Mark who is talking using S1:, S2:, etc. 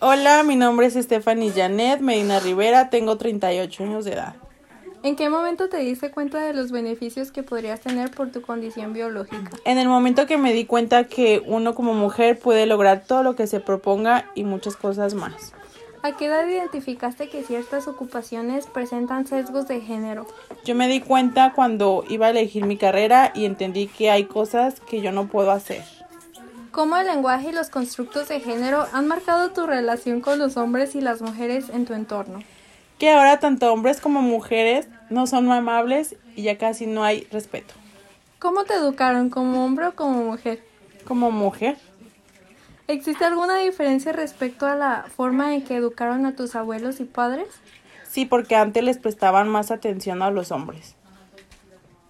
S1: Hola, mi nombre es Stephanie Janet Medina Rivera, tengo 38 años de edad.
S2: ¿En qué momento te diste cuenta de los beneficios que podrías tener por tu condición biológica?
S1: En el momento que me di cuenta que uno como mujer puede lograr todo lo que se proponga y muchas cosas más.
S2: ¿A qué edad identificaste que ciertas ocupaciones presentan sesgos de género?
S1: Yo me di cuenta cuando iba a elegir mi carrera y entendí que hay cosas que yo no puedo hacer.
S2: ¿Cómo el lenguaje y los constructos de género han marcado tu relación con los hombres y las mujeres en tu entorno?
S1: Que ahora tanto hombres como mujeres no son amables y ya casi no hay respeto.
S2: ¿Cómo te educaron como hombre o como mujer?
S1: Como mujer,
S2: ¿Existe alguna diferencia respecto a la forma en que educaron a tus abuelos y padres?
S1: sí, porque antes les prestaban más atención a los hombres.